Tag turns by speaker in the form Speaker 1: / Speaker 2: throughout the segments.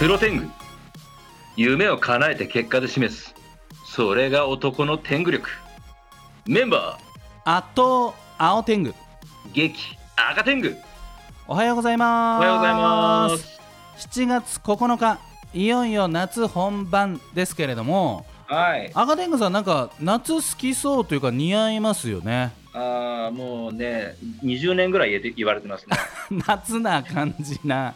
Speaker 1: プロテング夢を叶えて結果で示すそれが男の天狗力メンバ
Speaker 2: あっと青天狗
Speaker 1: ー激赤天狗
Speaker 2: おはようございま
Speaker 1: お
Speaker 2: す
Speaker 1: はようございます
Speaker 2: 7月9日いよいよ夏本番ですけれども
Speaker 1: はい
Speaker 2: 赤天狗さんなんか夏好きそうというか似合いますよね
Speaker 1: あーもうね20年ぐらい言えて言われて ますね
Speaker 2: 夏な感じな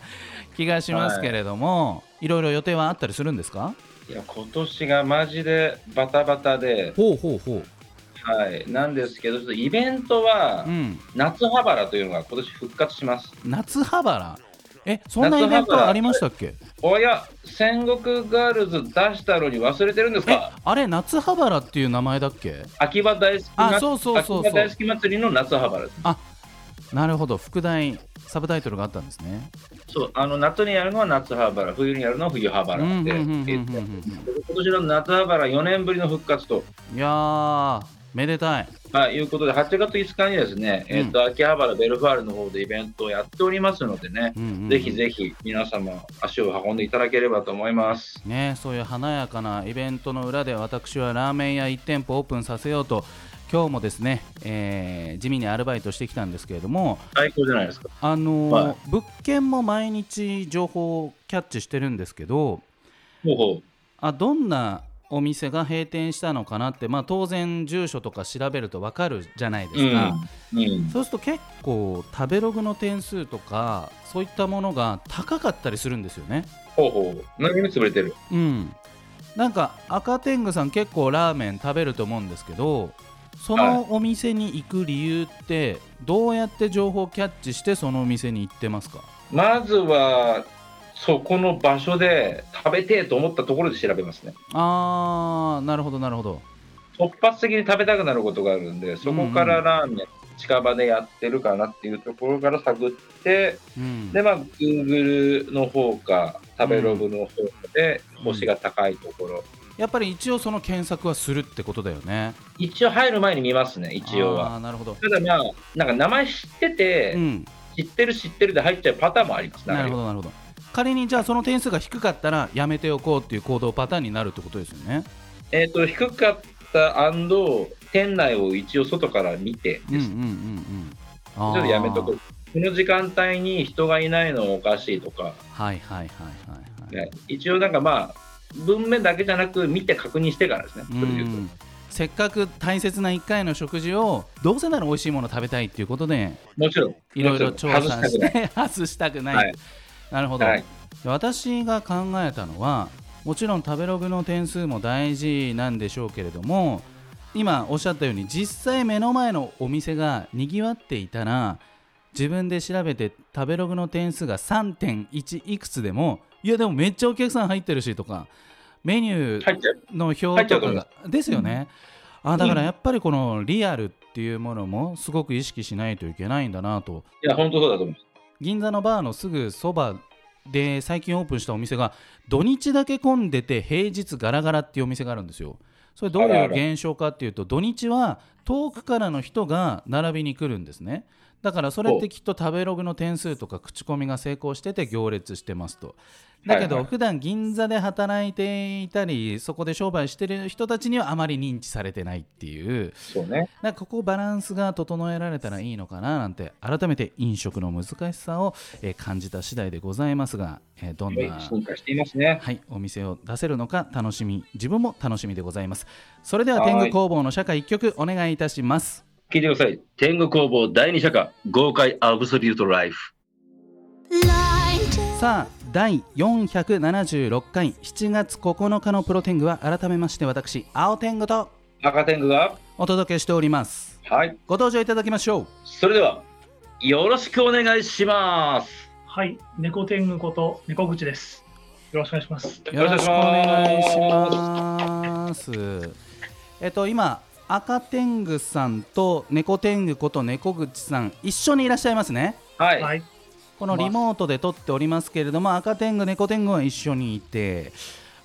Speaker 2: 気がしますけれども、い、ろいろ予定はあったりするんですか
Speaker 3: いや今年がマジでバタバタで、
Speaker 2: ほうほうほう
Speaker 3: はい、なんですけど、ちょっとイベントは
Speaker 2: うん
Speaker 3: 夏葉原というのが今年復活します。
Speaker 2: 夏葉原えそんなイベントありましたっけ
Speaker 3: おや、戦国ガールズ出したのに忘れてるんです
Speaker 2: え
Speaker 3: か
Speaker 2: あれ夏葉原っていう名前だっけ
Speaker 3: 秋葉大好き
Speaker 2: あ
Speaker 3: ま
Speaker 2: そうそうそうそう
Speaker 3: 秋葉大好き祭りの夏葉原です。
Speaker 2: なるほど副題サブタイトルがあったんですね
Speaker 3: そう、あの夏にやるのは夏葉原、冬にやるのは冬葉
Speaker 2: うんう
Speaker 3: 原っ
Speaker 2: ん
Speaker 3: て。
Speaker 2: うんうんうん
Speaker 3: えっと
Speaker 2: うん
Speaker 3: 今年の夏葉原4年ぶりの復活と、
Speaker 2: いやーめでたい
Speaker 3: はい、いうことで、8月5日にですね、えっと秋葉原ベルファールの方でイベントをやっておりますのでね、ぜひ
Speaker 2: ひ
Speaker 3: ぜひ皆様足を運んでいただければと思います。
Speaker 2: ねそういう華やかなイベントの裏で私はラーメン屋1店舗オープンさせようと今日もですね、えー地味にアルバイトしてきたんですけれども、
Speaker 3: 最高じゃないですか。
Speaker 2: あのー
Speaker 3: は
Speaker 2: 物件も毎日情報をキャッチしてるんですけど
Speaker 3: ほうほ
Speaker 2: あどんなお店が閉店したのかなって、まあ、当然住所とか調べると分かるじゃないで
Speaker 3: う。
Speaker 2: すか、
Speaker 3: うん。うん。
Speaker 2: そうすると結構食べログの点数とかそういったものが高かったりするんですよね。
Speaker 3: ほうほう。何に潰れてる。
Speaker 2: うん、なんか赤天狗さん結構ラーメン食べると思うんですけどそのお店に行く理由ってどうやって情報キャッチしてそのお店に行ってますか
Speaker 3: まずは、そこの場所で食べてえと思ったところで調べますね。
Speaker 2: あーなるほどなるほど
Speaker 3: 突発的に食べたくなることがあるんで、そこからラーメン、近場でやってるかなっていうところから探って、
Speaker 2: うん
Speaker 3: で、まあ、Google の方か、食べログの方で、星が高いところ。
Speaker 2: やっぱり一応その検索はするってことだよね
Speaker 3: 一応入る前に見ますね、一応は
Speaker 2: あ。ーなるほど
Speaker 3: ただまあ、なんか名前知ってて、
Speaker 2: うん
Speaker 3: 知ってる知ってるで入っちゃうパターンもあります
Speaker 2: なるほ
Speaker 3: ど。
Speaker 2: どなるほど仮にじゃあその点数が低かったらやめておこうっていう行動パターンになるってことですよね
Speaker 3: えっ、と、低かった店内を一応外から見て
Speaker 2: うん
Speaker 3: で
Speaker 2: うんう
Speaker 3: す。
Speaker 2: ん
Speaker 3: ち
Speaker 2: うん
Speaker 3: ょ
Speaker 2: あー
Speaker 3: っとやめとく。この時間帯に人がいないのはおかしいとか、
Speaker 2: はいはいはいはいはい、
Speaker 3: ね一応なんかまあ、文面だけじゃなく見て確認してからですね。
Speaker 2: う
Speaker 3: それで言うと
Speaker 2: んせっかく大切な1回の食事をどうせなら美味しいもの食べたいっていうことで
Speaker 3: もちろん。
Speaker 2: いろいろ
Speaker 3: もち
Speaker 2: 調
Speaker 3: ん
Speaker 2: 査
Speaker 3: 外した
Speaker 2: し
Speaker 3: くない。
Speaker 2: て 外したくない、
Speaker 3: はい
Speaker 2: なるほど、
Speaker 3: はい。
Speaker 2: 私が考えたのはもちろん食べログの点数も大事なんでしょうけれども今おっしゃったように実際目の前のお店がにぎわっていたら自分で調べて食べログの点数が3.1いくつでもいやでもめっちゃお客さん入ってるしとかメニュー
Speaker 3: 入っちゃう。
Speaker 2: の表と
Speaker 3: 入っちゃうと思
Speaker 2: か
Speaker 3: いま
Speaker 2: がですよね、あだからやっぱりこのリアルっていうものもすごく意識しないといけないんだなと
Speaker 3: いや、本当そうだと思う。
Speaker 2: 銀座のバーのすぐそばで最近オープンしたお店が土日だけ混んでて平日ガラガラっていうお店があるんですよそれどう
Speaker 3: あらあ
Speaker 2: いう
Speaker 3: ら
Speaker 2: 現象かっていうと土日は遠くからの人が並びに来るんですねだからそれってきっと食べログの点数とか口コミが成功してて行列してますとだけ
Speaker 3: は
Speaker 2: ど
Speaker 3: いはい
Speaker 2: 普段銀座で働いていたりそこで商売してる人たちにはあまり認知されてないっていう
Speaker 3: そうね。
Speaker 2: なんかここバランスが整えられたらいいのかななんて改めて飲食の難しさを、えー感じた次第でございますが、えーどんな、
Speaker 3: 進化していますね。
Speaker 2: はい、お店を出せるのか楽しみ自分も楽しみでございますそれでは
Speaker 3: はい
Speaker 2: 天狗工房の社会一曲お願いいたします
Speaker 3: 聞いてください。
Speaker 1: 天狗工房第二社歌豪快アブソリュートライフ
Speaker 2: さあ第476回7月9日のプロ天狗は改めまして私青天狗と
Speaker 3: 赤天狗が、
Speaker 2: お届けしております
Speaker 3: はい。
Speaker 2: ご登場いただきましょう
Speaker 3: それでは、よろしくお願いします。
Speaker 4: はい、猫天狗こと猫口です。よろしくお願いします。
Speaker 2: よろしくお願いします。えっと今赤天狗さんと猫天狗こと猫口さん一緒にいらっしゃいますね。
Speaker 3: はい。
Speaker 4: はい、
Speaker 2: このリモートで撮っておりますけれども赤天狗猫天狗は一緒にいて。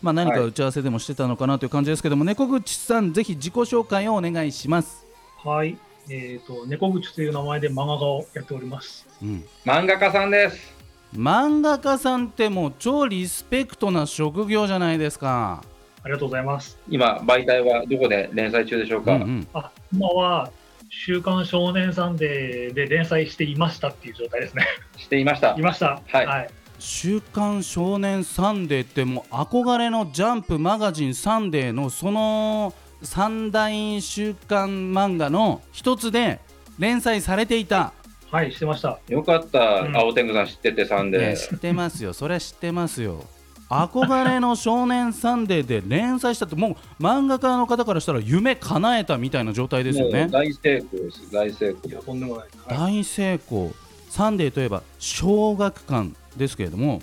Speaker 2: まあ何か
Speaker 3: はい
Speaker 2: 打ち合わせでもしてたのかなという感じですけども、猫口さんぜひ自己紹介をお願いします。
Speaker 4: はい、えっ、と、猫口という名前で漫画家をやっております。
Speaker 2: うん、
Speaker 3: 漫画家さんです。
Speaker 2: 漫画家さんってもう超リスペクトな職業じゃないですか。
Speaker 4: ありがとうございます。
Speaker 3: 今、媒体はどこで連載中でしょう
Speaker 2: うん
Speaker 3: か、
Speaker 2: うん、
Speaker 4: あ、今は、週刊少年サンデーで連載していましたっていう状態ですね。
Speaker 3: していました
Speaker 4: い。ました。
Speaker 3: はい
Speaker 4: はい。
Speaker 2: 週刊少年サンデーってもう憧れのジャンプマガジンサンデーのその三大週刊漫画の一つで連載されていた、
Speaker 4: はいしてました。
Speaker 3: よかった、
Speaker 4: うん
Speaker 3: 青天狗さん知ってて、さん
Speaker 2: ね
Speaker 3: で。
Speaker 2: 知ってますよそれは知ってますよ憧れの少年サンデーで連載したってもう漫画家の方からしたら夢叶えたみたいな状態ですよ
Speaker 3: も
Speaker 2: ね
Speaker 3: う大成功です、大成功
Speaker 4: い。や、とんでもないです。はい
Speaker 2: 大成功サンデーといえば小学館ですけれども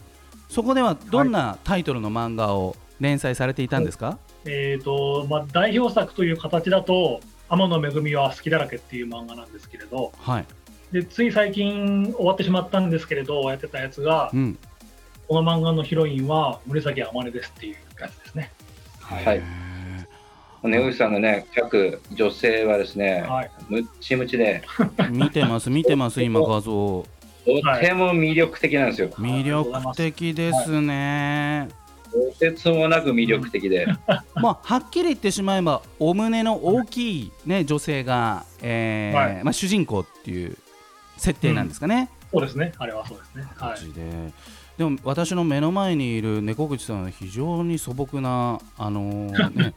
Speaker 2: そこではどんなタイトルの漫画を連載されていたんですか、
Speaker 4: えーとまあ、代表作という形だと「天の恵みは好きだらけ」っていう漫画なんですけれど
Speaker 2: はい、
Speaker 4: でつい最近終わってしまったんですけれどやってたやつが
Speaker 2: うん、
Speaker 4: この漫画のヒロインは紫天音ですっていうやつですね。
Speaker 3: はい。ね、うさんのね、各女性はですね、
Speaker 4: はい、
Speaker 3: ムッチムチで、
Speaker 2: 見てます見てます今画像
Speaker 3: とても魅力的なんですよ。
Speaker 2: 魅力的ですね、
Speaker 3: とてつもなく魅力的 で、
Speaker 2: まあはっきり言ってしまえばお胸の大きい、ね、女性が、えー
Speaker 4: はい
Speaker 2: まあ、主人公っていう設定なんですかね、
Speaker 4: そうですねあれはそうですね。
Speaker 2: 感
Speaker 4: はい
Speaker 2: じででも私の目の前にいる猫口さんは非常に素朴な、あのーね、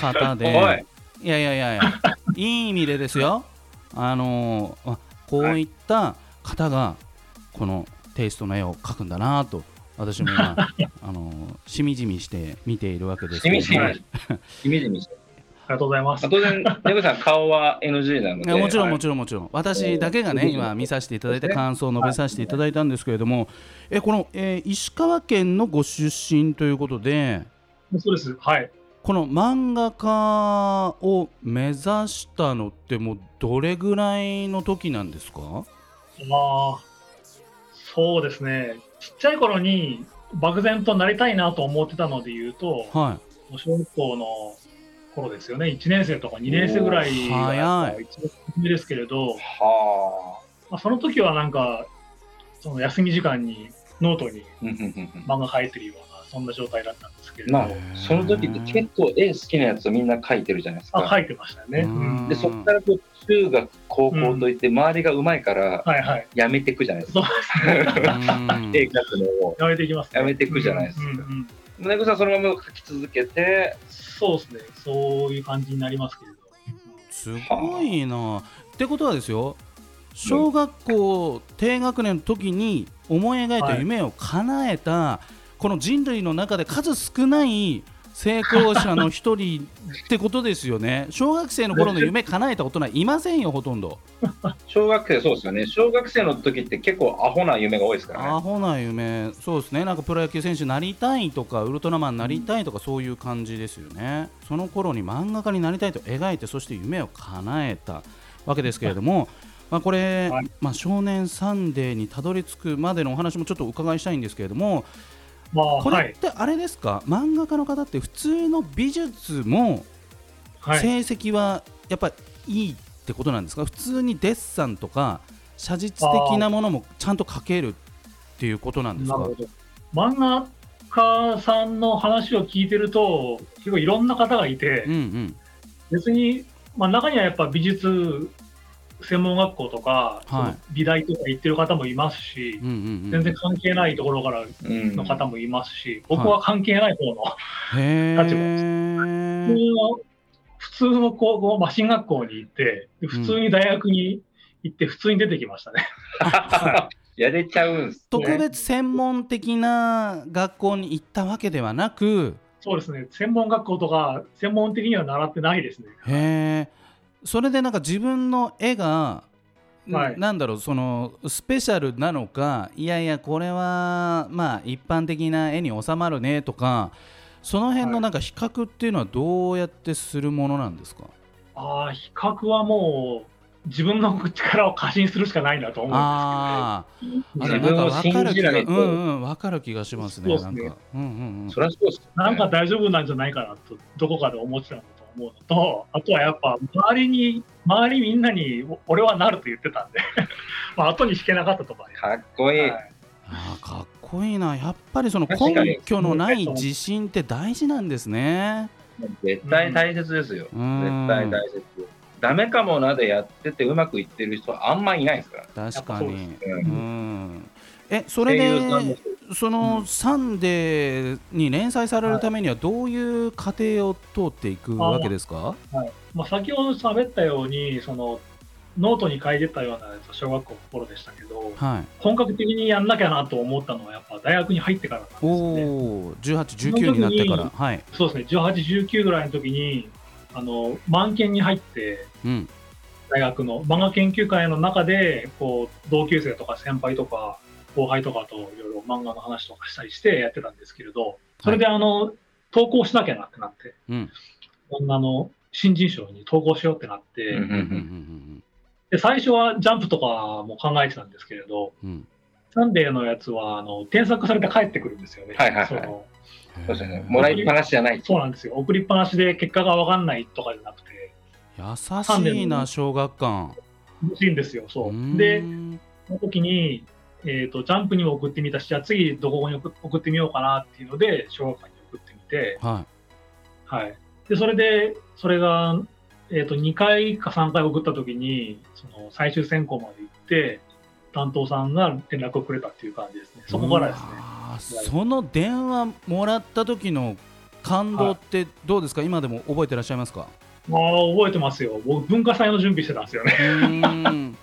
Speaker 2: 方で
Speaker 3: おい
Speaker 2: いやいや いやいやいい意味でですよあのーあこういった方がこのテイストの絵を描くんだなと私も今 あのーしみじみして見ているわけです
Speaker 3: し
Speaker 2: け
Speaker 3: み
Speaker 2: ど
Speaker 3: じみ
Speaker 2: も、
Speaker 3: しみじみして。
Speaker 4: ありがとうございます
Speaker 3: まあ、当然、ねぐさん、顔は NG なの
Speaker 2: い
Speaker 3: で、
Speaker 2: やもちろん
Speaker 3: はい
Speaker 2: もちろんもちろん私だけが
Speaker 3: え
Speaker 2: ね
Speaker 3: ー
Speaker 2: 今見させていただいた感想を述べさせていただいたんですけれどもえこの、えー石川県のご出身ということで
Speaker 4: そうですはい
Speaker 2: この漫画家を目指したのってもうどれぐらいの時なんですか
Speaker 4: まあそうですねちっちゃい頃に漠然となりたいなと思ってたので言うと
Speaker 2: はい
Speaker 4: 小学校の頃ですよね1年生とか2年生ぐらいがやっぱ一番初めですけれど、
Speaker 3: は
Speaker 4: まあ、その時はなんかその休み時間にノートに
Speaker 3: あうんうんうんうん。
Speaker 4: 漫画書いてるようなそんな状態だったんですけれど、
Speaker 3: まあ、その時って結構絵好きなやつをみんな描いてるじゃないです
Speaker 4: あ、書
Speaker 3: か。
Speaker 4: いてましたよね、
Speaker 2: う
Speaker 4: うんん
Speaker 3: で、そこからこう中学、高校といって、周りがうまいから、
Speaker 4: はいはい
Speaker 3: やめていくじゃないですか。
Speaker 4: そう
Speaker 2: うーん
Speaker 3: 絵描くのを。
Speaker 4: やめていきます、
Speaker 3: やめていくじゃないですか
Speaker 4: うんうんうん
Speaker 3: 胸ぐさんそのまま描き続けて、
Speaker 4: そうですねそういう感じになりますけれど、
Speaker 2: すごいな。ってことはですよ小学校低学年の時に思い描いた夢を叶えた、この人類の中で数少ない成功者の一人ってことですよね小学生の頃の夢叶えた大人いませんよほとんど
Speaker 3: 小学生、そうですよね。小学生の時って結構アホな夢が多いですから
Speaker 2: ア
Speaker 3: ね。
Speaker 2: ホな夢そうですねなんかプロ野球選手になりたいとかウルトラマンになりたいとかそういう感じですよねその頃に漫画家になりたいと描いてそして夢を叶えたわけですけれども、まあ、これ、
Speaker 4: は
Speaker 2: まあ、少年サンデーにたどり着くまでのお話もちょっとお伺いしたいんですけれども
Speaker 4: まあ
Speaker 2: こ
Speaker 4: は
Speaker 2: れ
Speaker 4: い
Speaker 2: ってあれですか、漫画家の方って普通の美術も
Speaker 4: はい
Speaker 2: 成績はやっぱりいいってことなんですか普通にデッサンとか写実的なものもちゃんと描けるっていうことなんです
Speaker 4: なる
Speaker 2: か
Speaker 4: ほど漫画家さんの話を聞いてると結構いろんな方がいて、
Speaker 2: うんうん
Speaker 4: 別に、まあ、中にはやっぱ美術専門学校とか、
Speaker 2: はい
Speaker 4: 美大とか行ってる方もいますし、
Speaker 2: うんうんうん
Speaker 4: 全然関係ないところから
Speaker 3: うん
Speaker 4: の方もいますし、僕は関係ない方の、
Speaker 2: へ
Speaker 4: 立普
Speaker 2: ー
Speaker 4: 通の普通の高校、まあ、進学校に行って、で普通に大学に行って、普通に出てきましたね。
Speaker 3: やれちゃうんです、ね。
Speaker 2: 特別専門的な学校に行ったわけではなく
Speaker 4: そうですね、専門学校とか、専門的には習ってないですね。
Speaker 2: へーそれでなんか自分の絵が、
Speaker 4: はい
Speaker 2: なんだろうそのスペシャルなのかいやいやこれはまあ一般的な絵に収まるねとかその辺のなんか比較っていうのはどうやってするものなんですか、
Speaker 4: ああ、比較はもう、自分の力を過信するしかないなと思うんですけ
Speaker 2: あ
Speaker 4: どね。
Speaker 2: ーあ
Speaker 3: 自分を信じない
Speaker 2: うん
Speaker 3: と、
Speaker 2: うん分かる気がしますね
Speaker 4: そうですね
Speaker 2: なんか、うんうんうん、
Speaker 3: そりゃそうです、ね。
Speaker 4: なんか大丈夫なんじゃないかなと、どこかで思ってたのと思うのと、あとはやっぱ、周りに、周 りみんなに、お俺はなると言ってたんで、まあ後に引けなかったとかね、
Speaker 3: かっこいい。
Speaker 4: はい
Speaker 2: あーかっこいいなやっぱりその根拠のない自信って大事なんですね
Speaker 3: 絶対大切ですよ。
Speaker 2: うん
Speaker 3: 絶対大切。ダメかもなでやっててうまくいってる人はあんまいないですから。
Speaker 2: 確か
Speaker 4: やっぱそう
Speaker 2: に
Speaker 3: うん
Speaker 2: うんえそれ
Speaker 3: 声優さんも
Speaker 2: で
Speaker 3: そ
Speaker 2: その「サンデー」に連載されるためにはどういう過程を通っていくわけですか
Speaker 4: まあ、先ほど喋ったようにそのノートに書いてたようなやつは小学校の頃でしたけど
Speaker 2: はい
Speaker 4: 本格的にやんなきゃなと思ったのはやっぱ大学に入ってからなんで
Speaker 2: お
Speaker 4: すよね。
Speaker 2: お18、19になってからはい
Speaker 4: そうですね18、19ぐらいの時にあの満研に入って
Speaker 2: うん
Speaker 4: 大学の漫画研究会の中でこう同級生とか先輩とか後輩とかといろいろ漫画の話とかしたりしてやってたんですけれどそれであの、投稿しなきゃなってなって
Speaker 2: うん
Speaker 4: こんなあの新人賞に投稿しようってなって、
Speaker 3: う
Speaker 2: うんうんうん
Speaker 3: ん
Speaker 4: で最初はジャンプとかも考えてたんですけれど
Speaker 2: うんうん
Speaker 4: サンデーのやつはあの添削されて帰ってくるんですよね。
Speaker 3: はいはいはい
Speaker 4: その
Speaker 3: そうですね。もらいっぱなしじゃない。
Speaker 4: そうなんですよ送りっぱなしで結果が分かんないとかじゃなくて
Speaker 2: 優しいな小学館
Speaker 4: 欲しいんですよ。そうう
Speaker 2: ー
Speaker 4: で
Speaker 2: ん
Speaker 4: その時に、えー、とジャンプにも送ってみたし、じゃあ次、どこに送送ってみようかなっていうので、小学館に送ってみて、
Speaker 2: は
Speaker 4: はい、でそれで、それが、えー、と2回か3回送った時に、その最終選考まで行って、担当さんが連絡をくれたっていう感じですね、
Speaker 2: い
Speaker 4: そこからですね。
Speaker 2: うわーその電話もらった時の感動ってどうですか今でも覚えてらっしゃいますか
Speaker 4: まあ、覚えてますよ、僕、文化祭の準備してたんですよね。
Speaker 2: うーん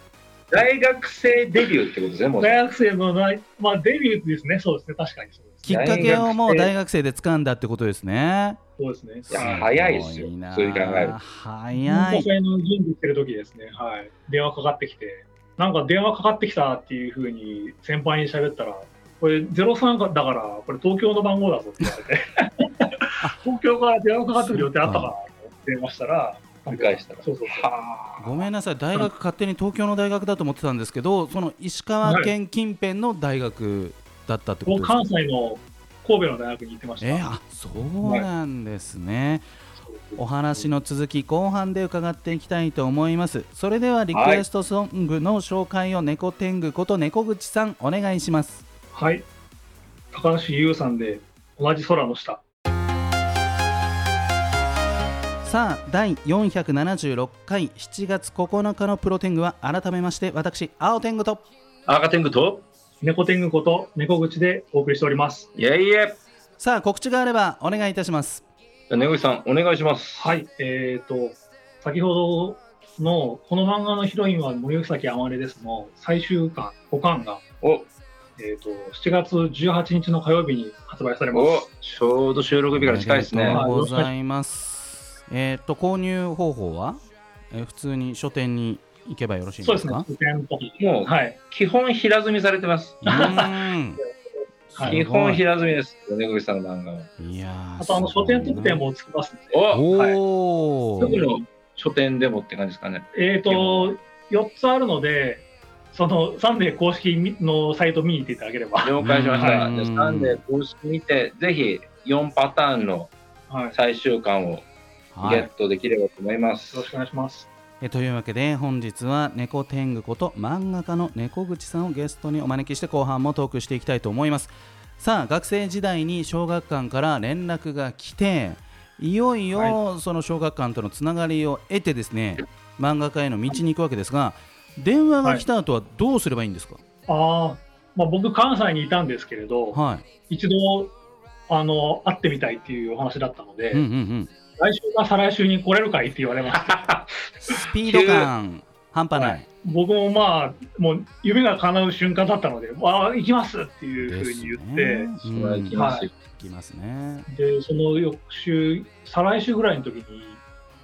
Speaker 3: 大学生デビューってことですね。もう
Speaker 4: 大学生のない、まあ、デビューですね、そうですね、確かにそうで す
Speaker 2: き
Speaker 4: ね。
Speaker 2: っかけをもう大学生で掴んだってことですね
Speaker 4: そうですね
Speaker 3: いや早いですよ
Speaker 2: ごな
Speaker 3: そういう考えると
Speaker 2: 早
Speaker 4: 文
Speaker 2: い
Speaker 4: 化祭の準備してる時ですね、はい、電話かかってきて、なんか電話かかってきたっていうふうに先輩に喋ったら、これ03だから、これ東京の番号だぞって言われて、 東京から電話かかってくる予定あったから電話したら、
Speaker 3: 繰り返したら
Speaker 4: そうそうそう
Speaker 3: は
Speaker 2: ごめんなさい大学勝手に東京の大学だと思ってたんですけどその石川県近辺の大学だったってこと
Speaker 4: 僕
Speaker 2: ですか
Speaker 4: 関西の神戸の大学に行ってました。
Speaker 2: えーあそうなんですね、
Speaker 4: そう
Speaker 2: お話の続き後半で伺っていきたいと思いますそれではリクエストソングの紹介を猫天狗こと猫口さんお願いします
Speaker 4: はい、高橋優さんで同じ空の下。
Speaker 2: さあ第476回7月9日のプロ天狗は改めまして私青天狗と
Speaker 1: 赤天狗と
Speaker 4: 猫天狗こと猫口でお送りしております。
Speaker 3: いえいえ。
Speaker 2: さあ告知があればお願いいたします
Speaker 3: 根口さんお願いします。
Speaker 4: はい、えー、と、先ほどの、この漫画のヒロインは森崎あまれですの最終巻、5巻が、
Speaker 3: お
Speaker 4: えー、と7月18日の火曜日に発売されま
Speaker 3: お
Speaker 4: す。
Speaker 3: ちょうど収録日から近いです
Speaker 2: あり
Speaker 3: ね
Speaker 2: が。とうございますえーっと購入方法は、えー普通に書店に行けばよろしいん
Speaker 4: そう
Speaker 2: で
Speaker 4: ですすね
Speaker 2: か、
Speaker 4: 古典と
Speaker 3: もう
Speaker 4: はい、
Speaker 3: 基本平積みされてます。
Speaker 2: うーん
Speaker 4: はい
Speaker 3: 基本
Speaker 2: す
Speaker 3: 平積みです。根口さんの漫画は。
Speaker 2: ごいいやー
Speaker 4: あとあの
Speaker 2: すご
Speaker 4: 書
Speaker 2: いな
Speaker 4: 店特典もつきますので、
Speaker 3: お
Speaker 2: お
Speaker 3: はい。
Speaker 2: お、
Speaker 3: 特の書店でもって感じですかね。
Speaker 4: えー、と4つあるので、そのサンデー公式のサイト見に行っていただければ、
Speaker 3: 了解しました。
Speaker 2: うん
Speaker 3: でサンデー公式見て、ぜひ4パターンの
Speaker 4: はい、よ
Speaker 3: 最終巻を
Speaker 2: は
Speaker 3: ゲ
Speaker 2: い
Speaker 3: ットできればと思います。
Speaker 4: ろしくお願いします。
Speaker 2: えというわけで本日は猫天狗こと漫画家の猫口さんをゲストにお招きして後半もトークしていきたいと思いますさあ学生時代に小学館から連絡が来ていよいよその小学館とのつながりを得てですね漫画家への道に行くわけですが電話が来た後はどうすればいいんですか
Speaker 4: あーまあ、僕、関西にいたんですけれど、
Speaker 2: は
Speaker 4: 一度あの会ってみたいっていうお話だったので、
Speaker 2: い、うんうんうん、
Speaker 4: 来週か再来週に来れるかいって言われ ました。
Speaker 2: スピード感半端ない
Speaker 4: 僕もまあ、もう夢が叶う瞬間だったので、わあ、行きますっていうふうに言って、
Speaker 2: ですね
Speaker 3: それは
Speaker 2: うん
Speaker 3: 行きますよ
Speaker 2: 行きますね
Speaker 4: で、その翌週、再来週ぐらいの時に、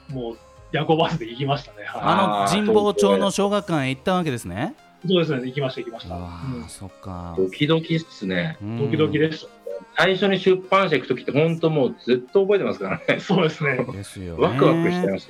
Speaker 4: もう夜行バスで行きましたね。は
Speaker 2: あ
Speaker 3: あ
Speaker 2: の
Speaker 3: ー
Speaker 2: 神保町の小学館へ行ったわけですね
Speaker 4: い、そうですね、行きました、行きました。う
Speaker 2: ああ、
Speaker 4: ん
Speaker 2: そっか。
Speaker 3: ドキドキっすね。
Speaker 4: ドキドキ
Speaker 2: で。
Speaker 4: でし
Speaker 3: 最初に出版社行くときって、本当もうずっと覚えてますから
Speaker 4: た。
Speaker 3: ね。
Speaker 4: そうですね。
Speaker 2: ですよ、ね。
Speaker 3: ワクワクしちゃいまし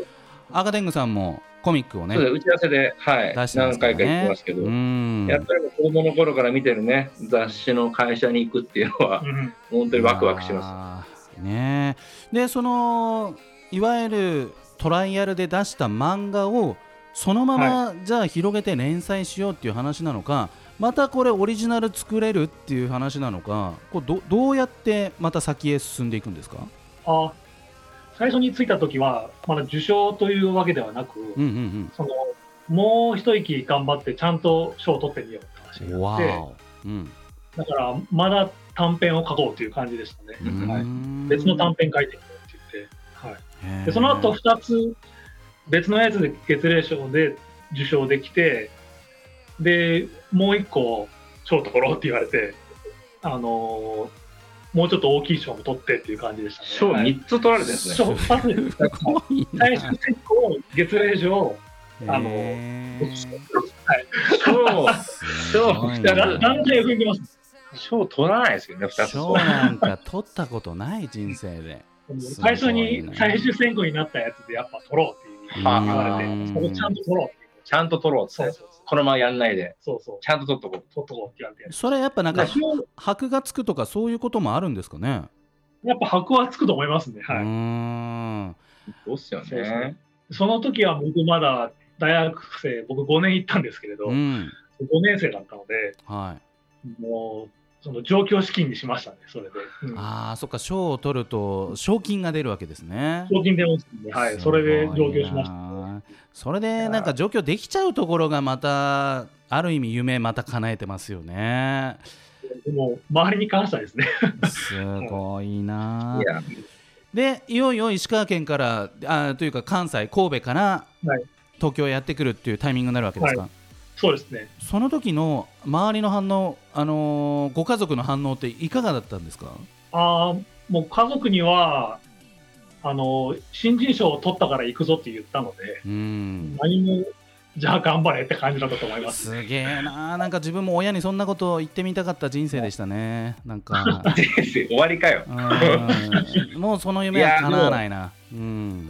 Speaker 3: た。
Speaker 2: 赤天狗さんもコミックをね
Speaker 3: そうで。す打ち合わせで、はい、
Speaker 2: 出してます
Speaker 3: 何
Speaker 2: から
Speaker 3: 回か
Speaker 2: ね
Speaker 3: 行ってますけど、
Speaker 2: うん。
Speaker 3: やっぱり子供の頃から見てるね、雑誌の会社に行くっていうのは
Speaker 4: う、ん、
Speaker 3: 本当にワクワクします。
Speaker 2: す。ねえで、その、いわゆるトライアルで出した漫画を、そのまま、じゃあ広げて連載しようっていう話なのか、またこれオリジナル作れるっていう話なのかこれどどうやってまた先へ進んでいくんですか
Speaker 4: あ最初に着いた時はまだ受賞というわけではなく、
Speaker 2: うんうん
Speaker 4: そのもう一息頑張ってちゃんと賞を取ってみようって話
Speaker 2: う
Speaker 4: に
Speaker 2: ん
Speaker 4: なっ
Speaker 2: わ
Speaker 4: て
Speaker 2: お、うん
Speaker 4: だからまだ短編を書こうという感じでしたね、
Speaker 2: うー
Speaker 4: はい、
Speaker 2: ん
Speaker 4: 別の短編書いてみようって言って、はい、
Speaker 2: へー
Speaker 4: でその後2つ別のやつで月齢賞で受賞できてでもう1個賞取ろうって言われてあのーもうちょっと大きい賞も取ってっていう感じでしたね。
Speaker 3: 賞3つ取られてるんですね。
Speaker 4: そうまず
Speaker 2: すごいな
Speaker 4: 最初に結構月齢上、あの
Speaker 2: へー
Speaker 3: 賞、
Speaker 2: すごいな
Speaker 4: だだんだん増えてます。
Speaker 3: 賞取らないですよね、2つ
Speaker 2: 賞
Speaker 3: と。
Speaker 2: なんか取ったことない人生で。すごい
Speaker 4: 最
Speaker 2: ね
Speaker 4: 初に最終選考になったやつでやっぱ取ろうっていう
Speaker 3: はあ
Speaker 4: 言われて、そこちゃんと取ろうっていう。
Speaker 3: ちゃんと取ろうっつ
Speaker 4: そう
Speaker 3: って。
Speaker 4: そうそう。
Speaker 3: このままやんないで、
Speaker 4: そうそう。
Speaker 3: ちゃんと取っとこう。
Speaker 4: 取っとこうって言われて。
Speaker 2: それやっぱなんか
Speaker 4: だから
Speaker 2: 箔がつくとかそういうこともあるんですかね。
Speaker 4: やっぱ箔はつくと思いますね。は
Speaker 2: う
Speaker 4: い。
Speaker 2: ーん
Speaker 3: そうっすよ
Speaker 4: そうです
Speaker 3: ね
Speaker 4: ね。その時は僕まだ大学生、僕5年行ったんですけれど、
Speaker 2: う
Speaker 4: 5
Speaker 2: ん。
Speaker 4: 年生だったので、
Speaker 2: はい。
Speaker 4: もう、その上京資金にしましたね、それで。うん
Speaker 2: ああ、そっか、賞を取ると賞金が出るわけですね。
Speaker 4: 賞金出ますんで、はい。それで上京しました。
Speaker 2: た。それでなんか上京できちゃうところがまたある意味夢また叶えてますよね。
Speaker 4: でも、周りに感謝ですね。
Speaker 2: すごいな。
Speaker 3: いや、
Speaker 2: でいよいよ石川県からあーというか関西神戸から
Speaker 4: はい
Speaker 2: 東京へやってくるっていうタイミングになるわけですか、
Speaker 4: そうですね。
Speaker 2: その時の周りの反応、あのーご家族の反応っていかがだったんですか
Speaker 4: ああ、もう家族には、あの、新人賞を取ったから行くぞって言ったので、
Speaker 2: うん
Speaker 4: 何も、じゃあ頑張れって感じだったと思います。
Speaker 2: すげえなーなんか自分も親にそんなことを言ってみたかった人生でしたねなんか
Speaker 3: 人生終わりかよ。
Speaker 2: うんもうその夢は叶わないなうん
Speaker 3: うん。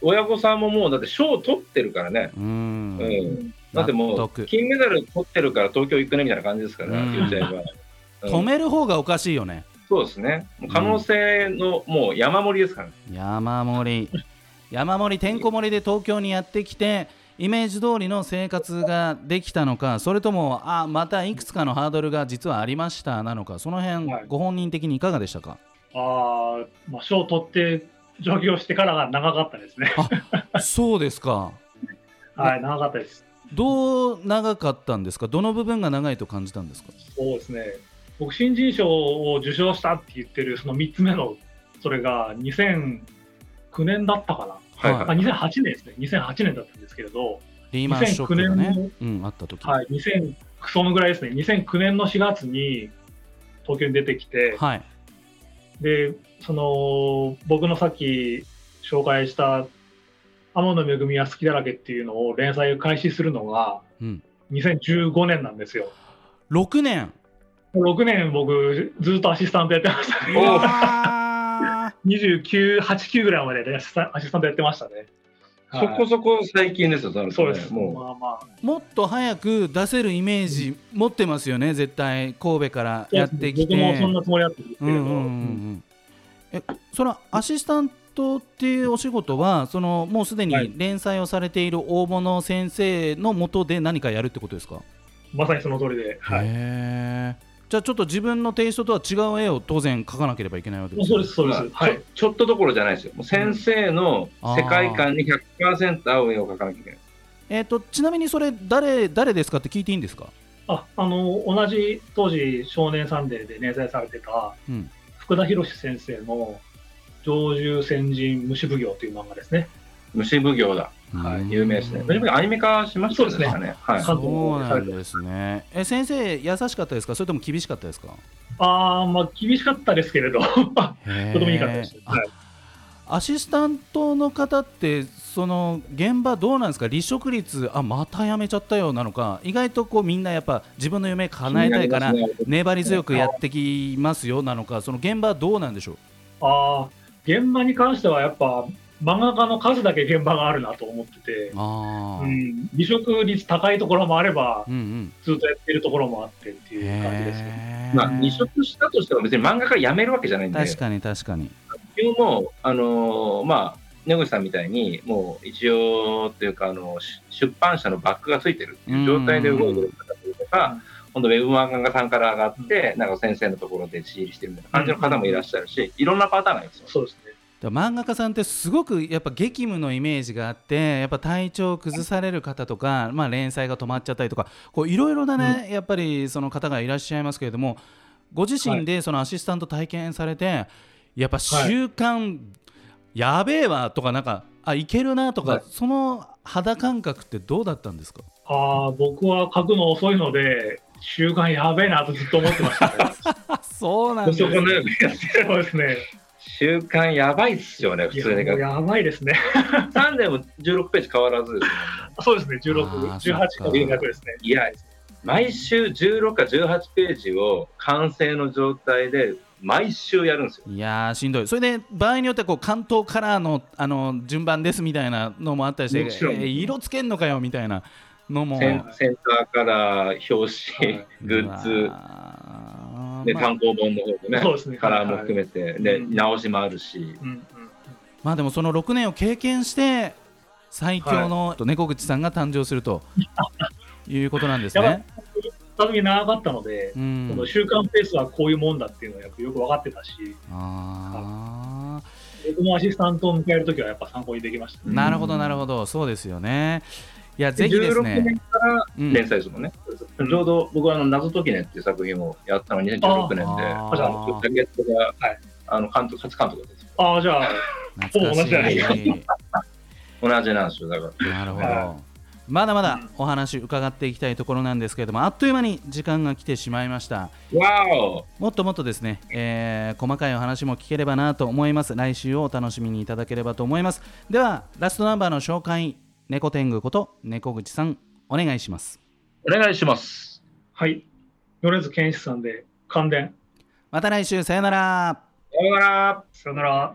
Speaker 3: 親御さんももう、だって賞取ってるからね。
Speaker 2: う
Speaker 3: うんん。だって
Speaker 2: 納
Speaker 3: も
Speaker 2: 得
Speaker 3: う、金メダル取ってるから東京行くねみたいな感じですから、
Speaker 2: うん
Speaker 3: 言っちゃえば。うん
Speaker 2: 止める方がおかしいよね
Speaker 3: そうですね。もう可能性の、もう山盛りですからね。
Speaker 2: 山盛り山盛りてんこ盛りで東京にやってきてイメージ通りの生活ができたのかそれともあまたいくつかのハードルが実はありましたなのかその辺、
Speaker 4: はい
Speaker 2: ご本人的にいかがでしたか
Speaker 4: ああ、まあ、賞を取って、上京してからが長かったですね。
Speaker 2: そうですか
Speaker 4: はい、長かったです。
Speaker 2: どう長かったんですかどの部分が長いと感じたんですか
Speaker 4: そうですね。僕、新人賞を受賞したって言ってる、その3つ目の、それが2009年だったかな。
Speaker 3: はい
Speaker 2: は
Speaker 3: はい
Speaker 4: あ、2008年ですね。2008年だったんですけれど、
Speaker 2: リーマンショックが
Speaker 4: 2009
Speaker 2: ね
Speaker 4: 年、
Speaker 2: うん、あった時
Speaker 4: はい、2000そのぐらいですね、2009年の4月に東京に出てきて、
Speaker 2: はい
Speaker 4: でその僕のさっき紹介した「天の恵みは好きだらけ」っていうのを連載を開始するのが
Speaker 2: うん、
Speaker 4: 2015年なんですよ。
Speaker 2: 6年
Speaker 4: 6年僕ずっとアシスタントやってました
Speaker 2: う
Speaker 4: ね。
Speaker 2: わ
Speaker 4: 29、89ぐらいまでアシスタンアシスタントやってましたね。
Speaker 3: そこそこ最近ですよ、なると
Speaker 4: そ
Speaker 3: ね
Speaker 4: うです。
Speaker 3: も
Speaker 4: まあまあ
Speaker 2: ーもっと早く出せるイメージ持ってますよね絶対神戸からやってきて
Speaker 4: 僕もそんなつもりだったんですけ
Speaker 2: うん
Speaker 4: れ
Speaker 2: うん
Speaker 4: ど、
Speaker 2: うんうん、えそのアシスタントっていうお仕事はそのもうすで
Speaker 4: はい
Speaker 2: に連載をされている大物先生のもとで何かやるってことですか、
Speaker 4: まさにその通りで。はい
Speaker 2: へーじゃあちょっと自分のテイストとは違う絵を当然描かなければいけないわけで
Speaker 4: もう
Speaker 2: すよ
Speaker 4: そう
Speaker 2: ね
Speaker 4: です、そううで
Speaker 3: まあ
Speaker 4: す。はい
Speaker 3: ちょ。ちょっとどころじゃないですよ。もう先生の世界観に100%合う絵を描かなきゃいけない。
Speaker 2: えー、とちなみにそれ誰誰ですかって聞いていいんですか、
Speaker 4: ああの同じ当時「少年サンデー」で連載されてた
Speaker 2: うん、
Speaker 4: 福田博先生の「常住先人無視奉行」という漫画ですね。
Speaker 3: 虫奉行だ。はい、有名ですね。虫奉行アニメ化しました
Speaker 4: そうです
Speaker 3: ね。はい。
Speaker 2: そうなんですねえ先生優しかったですかそれとも厳しかったですか
Speaker 4: ああまあ厳しかったですけれどと
Speaker 2: と
Speaker 4: てもいい方でした。はい
Speaker 2: アシスタントの方ってその現場どうなんですか離職率あまた辞めちゃったよなのか意外とこうみんなやっぱ自分の夢叶えたいから
Speaker 3: 気になりますね
Speaker 2: 粘り強くやってきますよなのかその現場はどうなんでしょう
Speaker 4: ああ現場に関してはやっぱ漫画家の数だけ現場があるなと思ってて、
Speaker 2: あ
Speaker 4: う
Speaker 2: あ、
Speaker 4: ん、離職率高いところもあれば
Speaker 2: うんうん
Speaker 4: ずっとやってるところもあってっていう感じですね。
Speaker 2: へー
Speaker 3: まあ、離職したとしても別に漫画家辞めるわけじゃないんで、
Speaker 2: 確かに確かに
Speaker 3: 自分も、あのーまあ、根口さんみたいに、もう一応というか、あのし出版社のバックがついてるっていう状態で動いてる方とか、今度ウェブ漫画家さんから上がって、なんか先生のところで弟子入りしてるみたいな感じの方もいらっしゃるし、いろんなパターンがありますよ。
Speaker 4: そうですね。
Speaker 2: だから漫画家さんってすごくやっぱ激務のイメージがあってやっぱ体調崩される方とか、まあ、連載が止まっちゃったりとかこういろいろなね、やっぱりその方がいらっしゃいますけれどもご自身でそのアシスタント体験されて、やっぱ習慣、やべえわとかなんかあいけるなとか、
Speaker 3: はい
Speaker 2: その肌感覚ってどうだったんですか
Speaker 4: ああ、僕は書くの遅いので、習慣やべえなとずっと思ってましたね。
Speaker 2: あそうなん
Speaker 3: そ
Speaker 2: で
Speaker 3: こ
Speaker 2: す
Speaker 3: のように
Speaker 4: そうですね。
Speaker 3: 習慣やばいっすよね、
Speaker 4: い
Speaker 3: 普
Speaker 4: や
Speaker 3: 通に
Speaker 4: も
Speaker 3: 考
Speaker 4: う
Speaker 3: えて。
Speaker 4: やばいで すね。
Speaker 3: 3年も16ページ変わらずですね
Speaker 4: そうですね、16
Speaker 2: あ、ー
Speaker 4: 18
Speaker 2: そっか
Speaker 4: の留学ですね。
Speaker 3: いや、毎週16か18ページを完成の状態で毎週やるんですよ。
Speaker 2: いやーしんどいそれで場合によってはこう関東カラーのあの順番ですみたいなのもあったりして、え
Speaker 3: もちろん
Speaker 2: ー色つけんのかよみたいなのも。
Speaker 3: センセンターから表紙、
Speaker 4: はい
Speaker 3: グッ
Speaker 2: う
Speaker 3: ズ、
Speaker 2: わー
Speaker 3: で
Speaker 2: まあ、
Speaker 3: 単行本の方でね
Speaker 4: そう、ですね。
Speaker 3: カラーも含めて、
Speaker 4: い
Speaker 3: で
Speaker 4: うん
Speaker 3: 直しもあるし、
Speaker 4: うんうん、
Speaker 2: まあでもその6年を経験して最強の猫口さんが誕生す るということなんです
Speaker 4: や
Speaker 2: ね。
Speaker 4: た時長かったので、
Speaker 2: うん
Speaker 4: この週刊ペースはこういうもんだっていうのはやっぱよく分かってたし、
Speaker 2: あー
Speaker 4: 僕もアシスタントを迎えるときはやっぱ参考にできましたね。
Speaker 2: なるほどなるほどそうですよね。いやぜひです
Speaker 3: 16
Speaker 2: ね、
Speaker 3: 年から
Speaker 2: うん
Speaker 3: 連載ですもんね。ちょうど僕はあの謎解きねっていう作品をやったの2016年で、あ
Speaker 2: あー
Speaker 3: のジャケットが、
Speaker 4: はい
Speaker 3: あの監督初監督ですよ。
Speaker 4: ああ、じゃあ、
Speaker 2: 懐かし
Speaker 4: ほぼ同じじゃない
Speaker 2: い。
Speaker 3: 同じなんですよ、だから。
Speaker 2: なるほ
Speaker 4: は
Speaker 2: ど。まだまだ
Speaker 4: うん
Speaker 2: お話伺っていきたいところなんですけれどもあっという間に時間が来てしまいました。
Speaker 3: わお
Speaker 2: もっともっとですね、えー細かいお話も聞ければなと思います。来週をお楽しみにいただければと思います。では、ラストナンバーの紹介、猫天狗こと猫口さん、お願いします。
Speaker 1: お願いします。
Speaker 4: はい。米津玄師さんで、感電。
Speaker 2: また来週、さよなら。
Speaker 3: さようなら
Speaker 4: さよなら。